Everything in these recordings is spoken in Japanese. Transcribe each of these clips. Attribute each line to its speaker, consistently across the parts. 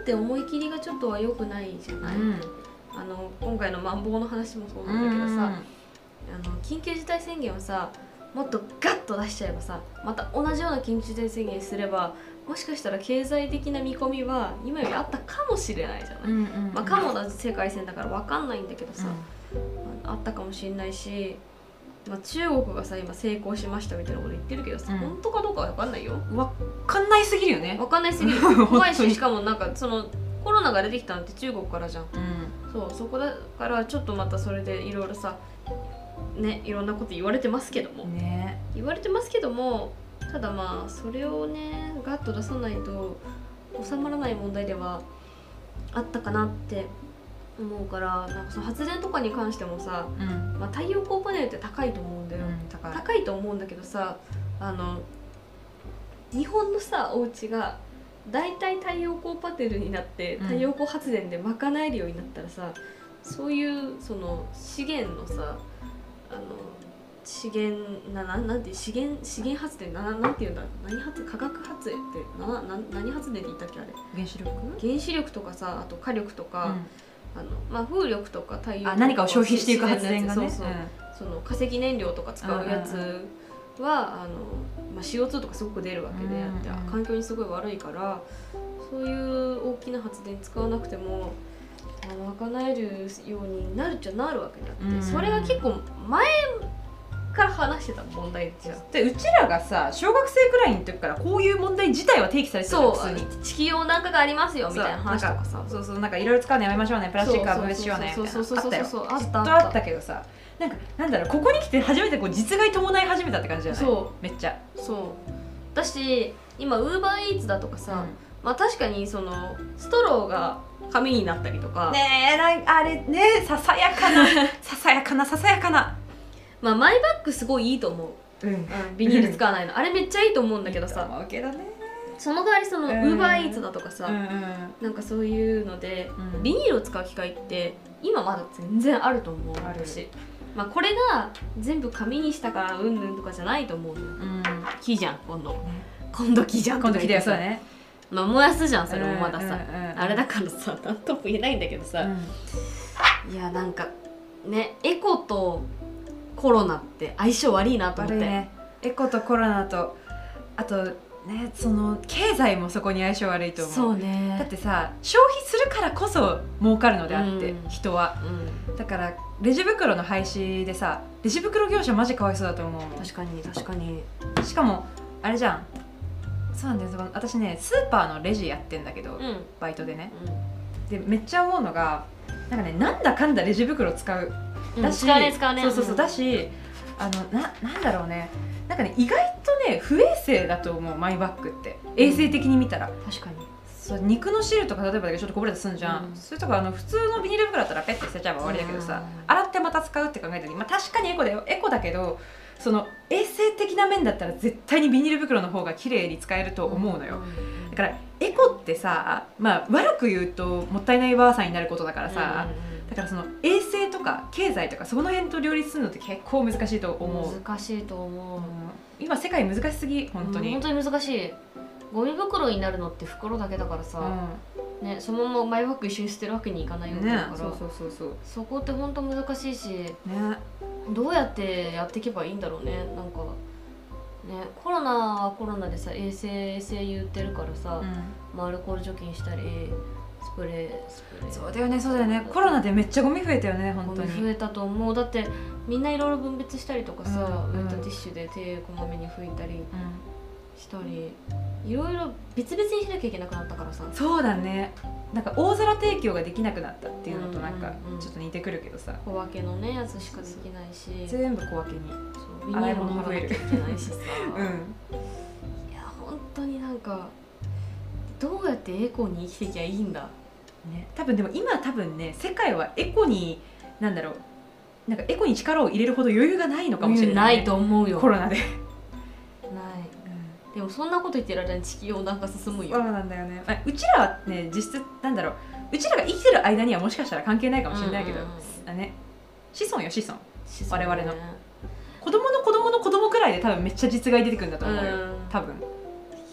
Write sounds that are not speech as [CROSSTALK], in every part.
Speaker 1: って思い切りがちょっとは良くないじゃない、あの今回のマンボウの話もそうなんだけどさ、あの緊急事態宣言をさもっとガッと出しちゃえばさまた同じような緊急事態宣言すればもしかしたら経済的な見込みは今よりあったかもしれないじゃない、
Speaker 2: うんうん
Speaker 1: まあ、かもだ世界線だから分かんないんだけどさ、あったかもしれないし、まあ、中国がさ今成功しましたみたいなこと言ってるけどさ、
Speaker 2: うん
Speaker 1: 本当かどうかわかんないよ
Speaker 2: うん、わかんないすぎるよね
Speaker 1: わかんないすぎる [LAUGHS] 怖いししかもなんかそのコロナが出てきたのって中国からじゃん
Speaker 2: うん
Speaker 1: そうそこだからちょっとまたそれでいろいろさねいろんなこと言われてますけども
Speaker 2: ね
Speaker 1: 言われてますけどもただまあそれをねガッと出さないと収まらない問題ではあったかなって思うからなんかその発電とかに関してもさ、
Speaker 2: うん
Speaker 1: まあ、太陽光パネルって高いと思うんだよ、
Speaker 2: だから
Speaker 1: 高いと思うんだけどさあの日本のさお家が大体太陽光パネルになって
Speaker 2: うん
Speaker 1: 太陽光発電で賄えるようになったらさ、そういうその資源のさあの資源なななんて資源資源発電なななんていうんだ何発化学発電ってなな何発電って言ったっけあれ
Speaker 2: 原子力
Speaker 1: 原子力とかさあと火力とか、あのまあ、風力とか太陽
Speaker 2: うんあ
Speaker 1: 光
Speaker 2: 何かを消費していく発
Speaker 1: 自然
Speaker 2: 電
Speaker 1: のや
Speaker 2: が
Speaker 1: つ
Speaker 2: ね
Speaker 1: そうそうその化石燃料とか使うやつ
Speaker 2: うん
Speaker 1: は、あのまあ、CO2 とかすごく出るわけであって、
Speaker 2: うんうん
Speaker 1: 環境にすごい悪いからそういう大きな発電使わなくてもまあ賄えるようになるっちゃなるわけであって、
Speaker 2: うんうん
Speaker 1: それが結構前から話してた問題じゃん。
Speaker 2: でうちらがさ小学生くらいの時からこういう問題自体は提起されてた
Speaker 1: そ
Speaker 2: の
Speaker 1: う
Speaker 2: 普通に
Speaker 1: 地球温暖化がありますよみたいな話と
Speaker 2: そう
Speaker 1: かさ
Speaker 2: そうそうなんかいろいろ使うのやめましょうねプラスチックは分別しようね
Speaker 1: そ
Speaker 2: み
Speaker 1: う
Speaker 2: たいな
Speaker 1: そうそう
Speaker 2: あ
Speaker 1: そう
Speaker 2: ったよ
Speaker 1: そう
Speaker 2: ずっ
Speaker 1: あ
Speaker 2: と
Speaker 1: ったあった
Speaker 2: あったけどさなんかなんだろうここに来て初めてこう実害伴い始めたって感じじゃない
Speaker 1: そ
Speaker 2: めっちゃ
Speaker 1: うそうだし今ウーバーイーツだとかさ、まあ確かにそのストローが紙になったりとか、
Speaker 2: ねえなんあれねささやかな
Speaker 1: [LAUGHS]
Speaker 2: ささやかなささやかな
Speaker 1: まあマイバッグすごいいいと思う、
Speaker 2: うん
Speaker 1: ビニール使わないのあれめっちゃいいと思うんだけど
Speaker 2: いいと
Speaker 1: さ
Speaker 2: 思うけどね
Speaker 1: その代わりそのウ
Speaker 2: うん
Speaker 1: ーバーイーツだとかさ、
Speaker 2: ん
Speaker 1: なんかそういうので
Speaker 2: うん
Speaker 1: ビニールを使う機会って今まだ全然あると思う
Speaker 2: ある
Speaker 1: 私、まあ、これが全部紙にしたからうんぬんとかじゃないと思うのよ
Speaker 2: うん
Speaker 1: 木じゃん今度今度木じゃん
Speaker 2: 今度来てよ
Speaker 1: と
Speaker 2: そう
Speaker 1: か
Speaker 2: だ
Speaker 1: 言って
Speaker 2: ね
Speaker 1: さまあ、燃やすじゃんそれもまださ、
Speaker 2: うんうんうん
Speaker 1: あれだからさ [LAUGHS] 何とも言えないんだけどさ、
Speaker 2: うん
Speaker 1: いやなんかねエコとコロナって相性悪いなと思
Speaker 2: 悪
Speaker 1: っ
Speaker 2: い
Speaker 1: て、
Speaker 2: ねエコとコロナとあとねその経済もそこに相性悪いと思う
Speaker 1: そう
Speaker 2: だっ
Speaker 1: ね
Speaker 2: てさ消費するからこそ儲かるのであって、
Speaker 1: うん
Speaker 2: 人は
Speaker 1: うん
Speaker 2: だからレジ袋の廃止でさレジ袋業者マジかわいそうだと思う
Speaker 1: 確かに確かに
Speaker 2: しかもあれじゃんそうなんだよその私ねスーパーのレジやってんだけど、
Speaker 1: うん
Speaker 2: バイトでねでめっちゃ思うのがなんかねなんだかんだレジ袋使う
Speaker 1: うん
Speaker 2: だし、
Speaker 1: 使うね使うね
Speaker 2: そうそうそうだしあのななんだろうねなんかね意外とね不衛生だと思うマイバッグって衛生的に見たら、
Speaker 1: 確かに
Speaker 2: そう肉の汁とか例えばだけどちょっとこぼれたりすんじゃん、
Speaker 1: うん
Speaker 2: それとかあの普通のビニール袋だったらペッて捨てちゃえば終わりだけどさ、
Speaker 1: うん
Speaker 2: 洗ってまた使うって考えた時、まあ、確かにエコだよエコだけどその衛生的な面だったら絶対にビニール袋の方が綺麗に使えると思うのよ、だかららエコってさ、まあ、悪く言うともったいないばあさんになることだからさ、だからその衛生とか経済とかその辺と両立するのって結構難しいと思う、
Speaker 1: 難しいと思う、
Speaker 2: うん今世界難しすぎ本当に、
Speaker 1: うん本当に難しいゴミ袋になるのって袋だけだからさ、ねそのままマイバッグ一緒に捨てるわけにいかない
Speaker 2: うん
Speaker 1: よ
Speaker 2: ね
Speaker 1: だから
Speaker 2: そうそうそうそう
Speaker 1: そこって本当難しいし
Speaker 2: ね
Speaker 1: どうやってやっていけばいいんだろうねなんかねコロナはコロナでさ衛生衛生言ってるからさ、まあ、アルコール除菌したりスプレースプレー
Speaker 2: そうだよねそうだよねコロナでめっちゃゴミ増えたよね
Speaker 1: ゴ
Speaker 2: 本当
Speaker 1: ミ増
Speaker 2: に
Speaker 1: えたと思うだってみんないろいろ分別したりとかさ、
Speaker 2: うん
Speaker 1: ウェットティッシュで手こまめに拭いたり
Speaker 2: うん
Speaker 1: したりいろいろ別々にしなきゃいけなくなったからさ
Speaker 2: そうだねなんか大皿提供ができなくなったっていうのとなんか
Speaker 1: うんうんうん
Speaker 2: ちょっと似てくるけどさ
Speaker 1: 小分けのねやつしかできないしそう
Speaker 2: 全部小分けに
Speaker 1: ビニールも貼らなきゃいけないしさ、
Speaker 2: う
Speaker 1: い
Speaker 2: ん
Speaker 1: や本当になんかどうやってエコに生きていきゃいいんだ
Speaker 2: ね多分でも今多分ね世界はエコになんだろうなんかエコに力を入れるほど余裕がないのかもしれない、ね、
Speaker 1: ないと思うよ
Speaker 2: コロナで
Speaker 1: ないでもそんなこと言ってる間に地球温暖化進む
Speaker 2: そう
Speaker 1: よ
Speaker 2: なんだよね、まあうちらはね実質なんだろううちらが生きてる間にはもしかしたら関係ないかもしれないけど、
Speaker 1: うんうんうん
Speaker 2: あね子孫よ子孫
Speaker 1: 子
Speaker 2: 我
Speaker 1: 孫ね
Speaker 2: 々の子供の子供の子供くらいで多分めっちゃ実害出てくるんだと思うよ、
Speaker 1: うん
Speaker 2: 多分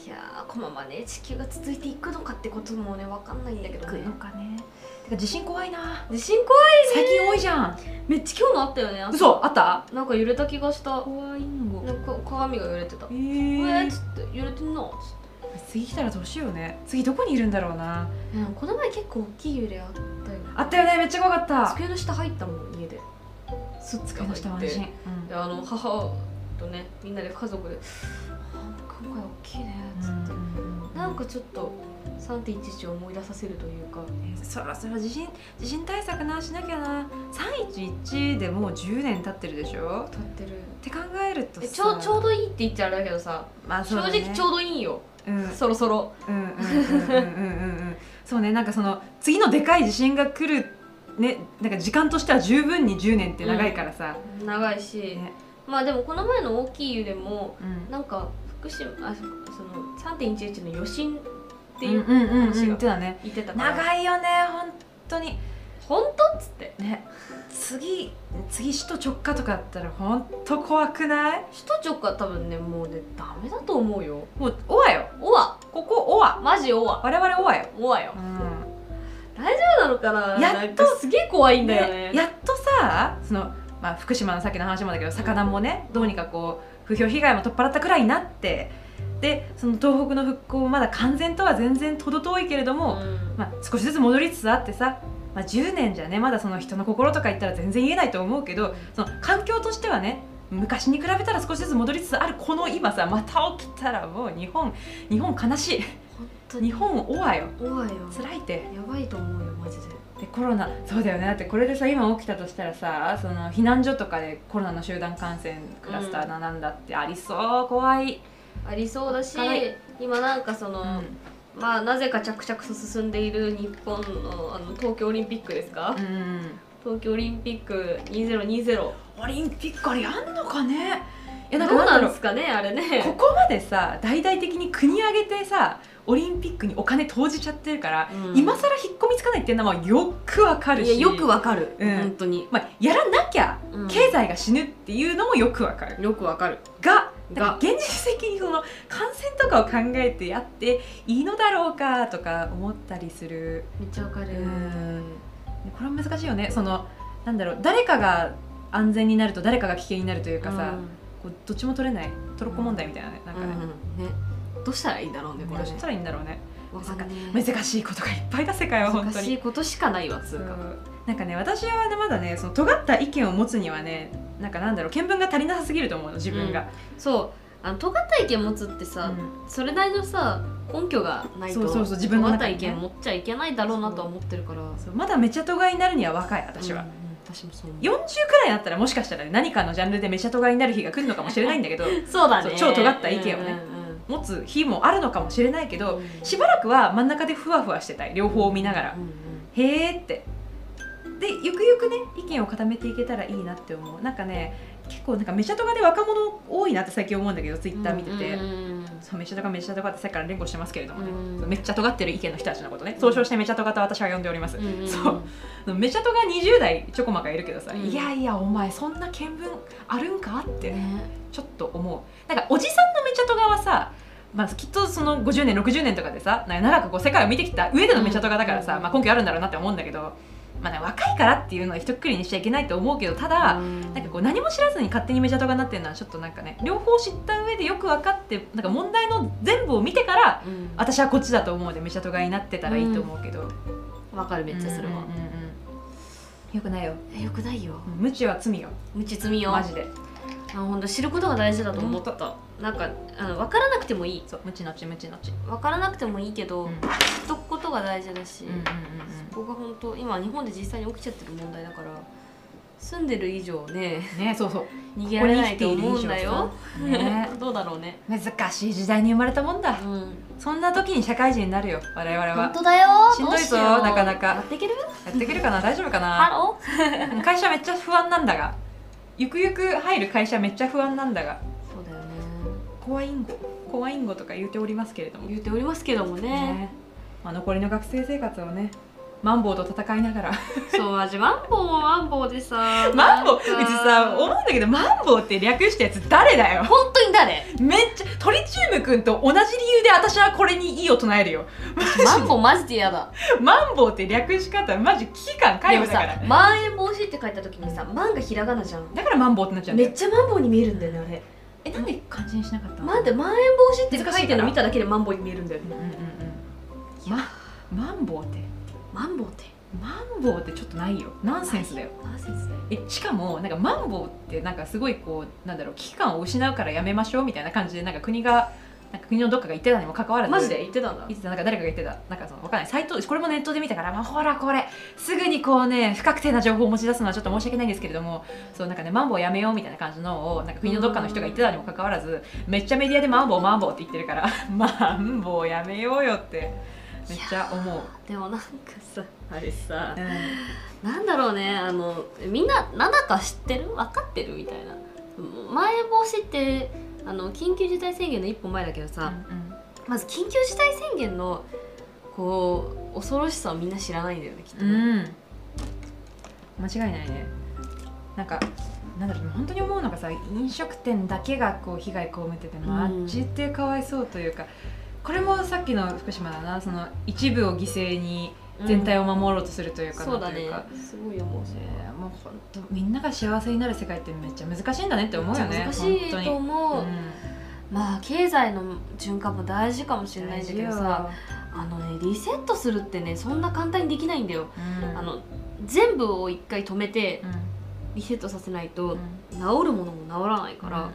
Speaker 1: いやーこのままね地球が続いていくのかってこともねわかんないんだけど
Speaker 2: 行く
Speaker 1: ね
Speaker 2: のかねてか地震怖いな
Speaker 1: 地震怖い
Speaker 2: 最近多いじゃん
Speaker 1: めっちゃ今日もあったよね朝
Speaker 2: 嘘あった
Speaker 1: なんか揺れた気がした
Speaker 2: 怖いの
Speaker 1: なんか鏡が揺れてた
Speaker 2: え
Speaker 1: えー、っ
Speaker 2: ー、
Speaker 1: つって揺れてんなっつっ
Speaker 2: 次来たらどうしようね次どこにいるんだろうな
Speaker 1: てうんこの前結構大きい揺れあったよ
Speaker 2: あったよねめっちゃ怖かった
Speaker 1: 机の下入ったもん家でスッ
Speaker 2: 机の下は安心、うん
Speaker 1: であの母とねみんなで家族で「あなんか今回大きいね」っつって、なんかちょっと3.11を思い出させるというか
Speaker 2: そろそろ地震地震対策なしなきゃな311でもう10年経ってるでしょ
Speaker 1: 立ってる
Speaker 2: って考えるとさ
Speaker 1: えちょうちょうどいいって言っちゃあれだけどさ、
Speaker 2: まあそ
Speaker 1: 正
Speaker 2: うだね、
Speaker 1: 直ちょうどいいよ
Speaker 2: うんうんうん
Speaker 1: そろそろ
Speaker 2: うんうんうんうんそうねなんかその次のでかい地震が来るねなんか時間としては十分に10年って長いからさ、
Speaker 1: 長いし、
Speaker 2: ね
Speaker 1: まあでもこの前の大きい揺れも
Speaker 2: うんうん、
Speaker 1: なんか福島あそその3.11の余震っていう、
Speaker 2: うんうんうん
Speaker 1: 話が
Speaker 2: ってだね
Speaker 1: 言ってたから
Speaker 2: 長いよね本当に
Speaker 1: 本当っつって
Speaker 2: ね次次首都直下とかだったら本当怖くない
Speaker 1: 首都直下多分ねもうねダメだと思うよ
Speaker 2: もうオアよ
Speaker 1: オア
Speaker 2: ここオア
Speaker 1: マジオア
Speaker 2: 我々オアよ
Speaker 1: オアよ、
Speaker 2: う
Speaker 1: 大丈夫なのかな
Speaker 2: やっと
Speaker 1: なんかすげえ怖いん
Speaker 2: ん、
Speaker 1: だよね
Speaker 2: でやっとさその、まあ、福島のさっきの話もだけど魚もねどうにかこう風評被害も取っ払ったくらいになってでその東北の復興もまだ完全とは全然程遠いけれど
Speaker 1: う
Speaker 2: も、
Speaker 1: ん
Speaker 2: まあ、少しずつ戻りつつあってさ、まあ、10年じゃねまだその人の心とか言ったら全然言えないと思うけどその環境としてはね昔に比べたら少しずつ戻りつつあるこの今さまた起きたらもう日本日本悲し
Speaker 1: 本当
Speaker 2: い日
Speaker 1: に
Speaker 2: 本オアよ
Speaker 1: オアよ
Speaker 2: 辛いて。
Speaker 1: やばいと思うよマジで
Speaker 2: でコロナそうだよねだってこれでさ今起きたとしたらさその避難所とかでコロナの集団感染クラスターだなんだってありそう怖い、
Speaker 1: ありそうだし
Speaker 2: 辛い
Speaker 1: 今なんかその、
Speaker 2: うん
Speaker 1: まあなぜか着々と進んでいる日本のあの東京オリンピックですか、東京オリンピック2020
Speaker 2: オリンピックあれやんのかねいや
Speaker 1: ど
Speaker 2: なん
Speaker 1: う
Speaker 2: かなんだ
Speaker 1: なん
Speaker 2: ろ
Speaker 1: ですかねあれ
Speaker 2: うこ
Speaker 1: ね、
Speaker 2: こまでさ大々的に国上げてさオリンピックにお金投じちゃってるから、
Speaker 1: うん
Speaker 2: 今更引っ込みつかないっていうのはよくわかる
Speaker 1: い
Speaker 2: し
Speaker 1: やよくわかる、
Speaker 2: うん
Speaker 1: 本当に、
Speaker 2: まあ、やらなきゃ
Speaker 1: うん
Speaker 2: 経済が死ぬっていうのもよくわかる、
Speaker 1: よくわかる
Speaker 2: が
Speaker 1: が
Speaker 2: なんか現実的にその感染とかを考えてやっていいのだろうかとか思ったりする
Speaker 1: めっちゃわかる
Speaker 2: うんこれは難しいよねそのなんだろう誰かが安全になると誰かが危険になるというかさ、
Speaker 1: うん
Speaker 2: こうどっちも取れないトロッコ問題みたいなね、なんかね、
Speaker 1: うんねどうしたらいいんだろうねこ
Speaker 2: ど
Speaker 1: れ
Speaker 2: う
Speaker 1: ね
Speaker 2: したらいいんだろうね
Speaker 1: わかんない
Speaker 2: 難しいことがいっぱいだ世界は本当
Speaker 1: 難し
Speaker 2: に
Speaker 1: いことしかないわつ
Speaker 2: そうう
Speaker 1: か
Speaker 2: なんかね私はねまだねその尖った意見を持つにはねなんかなんだろう見聞が足りなさすぎると思うの自分が、
Speaker 1: そうあの尖った意見持つって
Speaker 2: う
Speaker 1: さ、
Speaker 2: ん
Speaker 1: それなりのさ根拠がないと
Speaker 2: そうそうそう自分の
Speaker 1: 尖っ
Speaker 2: 中
Speaker 1: た
Speaker 2: にね
Speaker 1: 意見持っちゃいけないだろうなとは思ってるから
Speaker 2: そうまだめちゃとがいになるには若い私は、
Speaker 1: うんうん私もそう思う
Speaker 2: 40くらいになったらもしかしたらね何かのジャンルでめちゃとがいになる日が来るのかもしれないんだけ
Speaker 1: [LAUGHS]
Speaker 2: ど
Speaker 1: そうだね
Speaker 2: そう超尖った意見
Speaker 1: う
Speaker 2: をね
Speaker 1: んうんうん
Speaker 2: 持つ日もあるのかもしれないけど
Speaker 1: うん
Speaker 2: しばらくは真ん中でふわふわしてたい両方を見ながら
Speaker 1: うんうん
Speaker 2: へーってでゆくゆくね意見を固めていけたらいいなって思うなんかね結構なんかめちゃとがで若者多いなって最近思うんだけどツイッター見てて、
Speaker 1: うんうん
Speaker 2: そうめちゃとがめちゃとがってさっきから連呼してますけれどもね、
Speaker 1: うん
Speaker 2: そうめっちゃとがってる意見の人たちのことね総称してめちゃとがと私は呼んでおります、
Speaker 1: うんうん
Speaker 2: そうめちゃとが20代ちょこまかいるけどさ、
Speaker 1: うん
Speaker 2: いやいやお前そんな見聞あるんかって、
Speaker 1: ね
Speaker 2: ちょっと思うなんかおじさんのめちゃとがはさまあ、きっとその50年60年とかでさなんか長くこう世界を見てきた上でのめちゃとがだからさ、
Speaker 1: うん
Speaker 2: まあ、根拠あるんだろうなって思うんだけど、まあね、若いからっていうのを一括りにしちゃいけないと思うけどただ、
Speaker 1: うん
Speaker 2: なんかこう何も知らずに勝手にめちゃとがになってるのはちょっとなんかね両方知った上でよく分かってなんか問題の全部を見てから
Speaker 1: うん
Speaker 2: 私はこっちだと思うでめちゃとがになってたらいいと思うけど、
Speaker 1: わかるめっちゃそれは
Speaker 2: うんうんうんうんよくないよ
Speaker 1: えよくないよ
Speaker 2: 無知は罪よ
Speaker 1: 無知罪よ
Speaker 2: マジで
Speaker 1: あ本当知ることが大事だと思ったなんかあの分からなくてもいい
Speaker 2: そう無知のち無知のち
Speaker 1: 分からなくてもいいけど、
Speaker 2: うんうん
Speaker 1: 知っとくことが大事だし、
Speaker 2: うんうん
Speaker 1: そこが本当今日本で実際に起きちゃってる問題だから住んでる以上
Speaker 2: [LAUGHS]
Speaker 1: ね
Speaker 2: うんねそうそう
Speaker 1: 逃げられないと思うんだよ
Speaker 2: ここに生きている以上
Speaker 1: [LAUGHS]
Speaker 2: さね
Speaker 1: どうだろうね
Speaker 2: 難しい時代に生まれたもんだ
Speaker 1: うん
Speaker 2: そんな時に社会人になるよ我々は
Speaker 1: 本当だよ
Speaker 2: しんどいぞ
Speaker 1: うしよう
Speaker 2: なかなか
Speaker 1: やっていける
Speaker 2: やってくるかな大丈夫か
Speaker 1: ハ
Speaker 2: な
Speaker 1: ロ
Speaker 2: 会社めっちゃ不安なんだがゆくゆく入る会社めっちゃ不安なんだが
Speaker 1: ーそうだよね
Speaker 2: 怖いんご怖いんごとか言うておりますけれども
Speaker 1: 言っておりますけどもね
Speaker 2: ねまあ、残りの学生生活をねマンボウと戦いながら
Speaker 1: そう味マンボウもマンボウでさ
Speaker 2: マンボウうち
Speaker 1: なんか
Speaker 2: さ思うんだけどマンボウって略したやつ誰だよ
Speaker 1: 本当に誰
Speaker 2: めっちゃトリチウムくんと同じ理由で私はこれに異を唱えるよ
Speaker 1: マンボウマジで嫌だ
Speaker 2: マンボウって略し方マジ危機感
Speaker 1: で
Speaker 2: 皆
Speaker 1: も
Speaker 2: 無だか
Speaker 1: さ「
Speaker 2: ら
Speaker 1: まん延防止」って書いた時にさ「まん」がひらがなじゃん
Speaker 2: だからマンボウってなっちゃうんだ
Speaker 1: め
Speaker 2: よ
Speaker 1: っちゃマンボウに見えるんだよねあれ
Speaker 2: えなんで漢字にしなかった
Speaker 1: まんってまん延防止って書いてるの見ただけでマンボウに見えるんだよ
Speaker 2: うん
Speaker 1: ね
Speaker 2: うんうんうんまマンボウって
Speaker 1: マンボウって
Speaker 2: マンボウってちょっとないよナンセンスだよ
Speaker 1: ナンセンスだよ
Speaker 2: えしかもなんかマンボウってなんかすごいこうなんだろう危機感を失うからやめましょうみたいな感じでなんか国がなんか国のどっかが言ってたにもかかわらず
Speaker 1: マジで言ってたんだ
Speaker 2: いつだなんか誰かが言ってたなんかそのわかんないサイトこれもネットで見たから、まあ、ほらこれすぐにこうね不確定な情報を持ち出すのはちょっと申し訳ないんですけれどもそうなんかねマンボウやめようみたいな感じのをなんか国のどっかの人が言ってたにもかかわらずめっちゃメディアでマンボウマンボウって言ってるからマンボウやめようよってめっちゃ思う。
Speaker 1: でもなんかさあれさ
Speaker 2: うん
Speaker 1: なんだろうねあのみんななんだか知ってる分かってるみたいなまん延防止ってあの緊急事態宣言の一歩前だけどさ、まず緊急事態宣言のこう恐ろしさをみんな知らないんだよねきっと
Speaker 2: う
Speaker 1: ね、
Speaker 2: ん間違いないねなんかなんだろう本当に思うのがさ飲食店だけがこう被害被っててマジでかわいそうというか、これもさっきの福島だなその一部を犠牲に全体
Speaker 1: を、
Speaker 2: を守ろうとするというか、
Speaker 1: そう
Speaker 2: な
Speaker 1: だ
Speaker 2: んとい
Speaker 1: ね
Speaker 2: うか
Speaker 1: すごい思うそれ
Speaker 2: ねもう本当みんなが幸せになる世界ってめっちゃ難しいんだねって思うよね
Speaker 1: 難しいと
Speaker 2: 本
Speaker 1: 思
Speaker 2: 当
Speaker 1: う、
Speaker 2: に
Speaker 1: まあ経済の循環も大事かもし
Speaker 2: う
Speaker 1: れ
Speaker 2: ん
Speaker 1: ないんだけどさあのねリセットするってねそんな簡単にできないんだよ、
Speaker 2: うん
Speaker 1: あの全部を一回止めて
Speaker 2: うん
Speaker 1: リセットさせない
Speaker 2: うん
Speaker 1: と治るものも治らないから、
Speaker 2: うん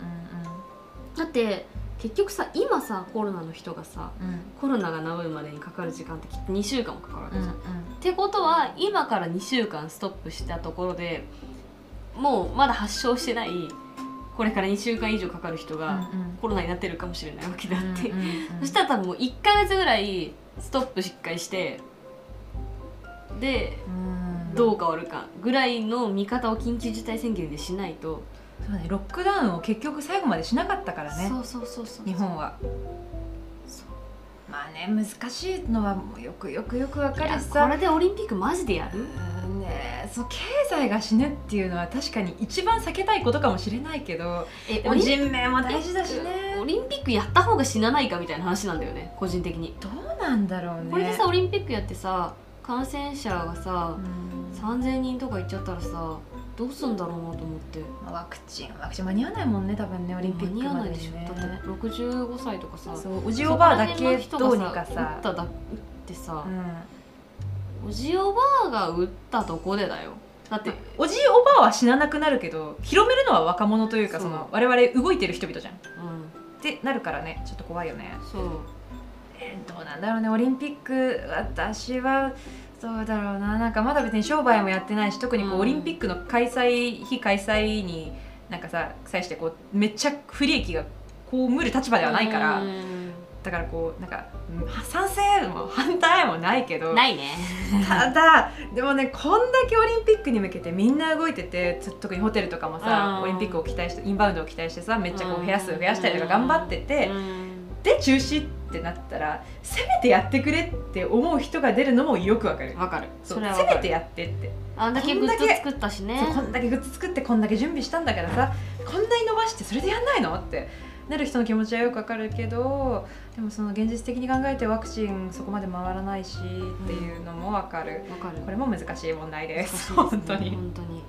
Speaker 1: だって結局さ今さコロナの人がさ
Speaker 2: うんうん
Speaker 1: コロナが治るまでにかかる時間ってきっと2週間もかかるわけ
Speaker 2: う
Speaker 1: じ
Speaker 2: ん
Speaker 1: ゃん、ってことは今から2週間ストップしたところでもうまだ発症してないこれから2週間以上かかる人が
Speaker 2: うんうん
Speaker 1: コロナになってるかもしれないわけであ
Speaker 2: だ
Speaker 1: っ、
Speaker 2: ってて、
Speaker 1: そ
Speaker 2: そ
Speaker 1: し
Speaker 2: したたら
Speaker 1: ら多分もう1ヶ月ぐらいストップしっかりしてで
Speaker 2: ど
Speaker 1: ど
Speaker 2: う
Speaker 1: う変わるかぐらいの見方を緊急事態宣言でしないと、
Speaker 2: そう、ね、ロックダウンを結局最後までしなかったからね
Speaker 1: そうそうそうそう
Speaker 2: 日本は
Speaker 1: そう
Speaker 2: まあね難しいのはもうよくよくよくわか
Speaker 1: いや
Speaker 2: るし
Speaker 1: こ
Speaker 2: さ
Speaker 1: れでオリンピックマジでや
Speaker 2: う
Speaker 1: る
Speaker 2: ーんねその経済が死ぬっていうのは確かに一番避けたいことかもしれないけど
Speaker 1: え
Speaker 2: でも人命も大事だしね
Speaker 1: オリンピックやった方が死なないかみたいな話なんだよね個人的に、
Speaker 2: どうなんだろうね
Speaker 1: これでさオリンピックやってさ感染者がさ
Speaker 2: うん
Speaker 1: 3000人とかいっちゃったらさどうすんだろうなと思って
Speaker 2: まあワクチンワクチン間に合わないもんね多分ねオリンピック
Speaker 1: 間に合わ
Speaker 2: ま
Speaker 1: な
Speaker 2: で
Speaker 1: いで
Speaker 2: に
Speaker 1: しょ
Speaker 2: ね
Speaker 1: だって65歳とかさ
Speaker 2: そうおじおばあだ
Speaker 1: そこら
Speaker 2: け
Speaker 1: 辺
Speaker 2: ど
Speaker 1: の
Speaker 2: う
Speaker 1: 人
Speaker 2: に
Speaker 1: が
Speaker 2: か
Speaker 1: さ打
Speaker 2: さ
Speaker 1: っただってさ
Speaker 2: う、ん
Speaker 1: おじおばあが打ったとこでだよだって
Speaker 2: おじいおばあは死ななくなるけど広めるのは若者というか
Speaker 1: そう
Speaker 2: その我々動いてる人々じゃんっ
Speaker 1: うん
Speaker 2: てなるからねちょっと怖いよね、
Speaker 1: そう
Speaker 2: えーどうなんだろうねオリンピック私はそうだろうななんかまだ別に商売もやってないし特にこう、
Speaker 1: うん
Speaker 2: オリンピックの開催非開催になんかさ際してこうめっちゃ不利益がこうむる立場ではないから、
Speaker 1: うん
Speaker 2: だからこうなんかうん賛成も反対もないけど
Speaker 1: ないね
Speaker 2: ただでもねこんだけオリンピックに向けてみんな動いててつ特にホテルとかも
Speaker 1: う
Speaker 2: さ
Speaker 1: ん
Speaker 2: オリンピックを期待してインバウンドを期待してさめっちゃこ
Speaker 1: う
Speaker 2: うん部屋数増やしたりとか頑張ってて
Speaker 1: うん
Speaker 2: で中止ってなったらせめてやってくれって思う人が出るのもよくわかる
Speaker 1: わかる
Speaker 2: そ
Speaker 1: そうれは
Speaker 2: せ
Speaker 1: わか
Speaker 2: め
Speaker 1: る
Speaker 2: てやってって、
Speaker 1: あんだけグッズ作ったしね
Speaker 2: そうこんだけグッズ作ってこんだけ準備したんだからさこんなに伸ばしてそれでやんないのってなる人の気持ちはよくわかるけどでもその現実的に考えてワクチンそこまで回らないしっていうのもわかる。
Speaker 1: わかる
Speaker 2: これも難しい問題です。
Speaker 1: 難しいですね
Speaker 2: 本当に。
Speaker 1: 本当に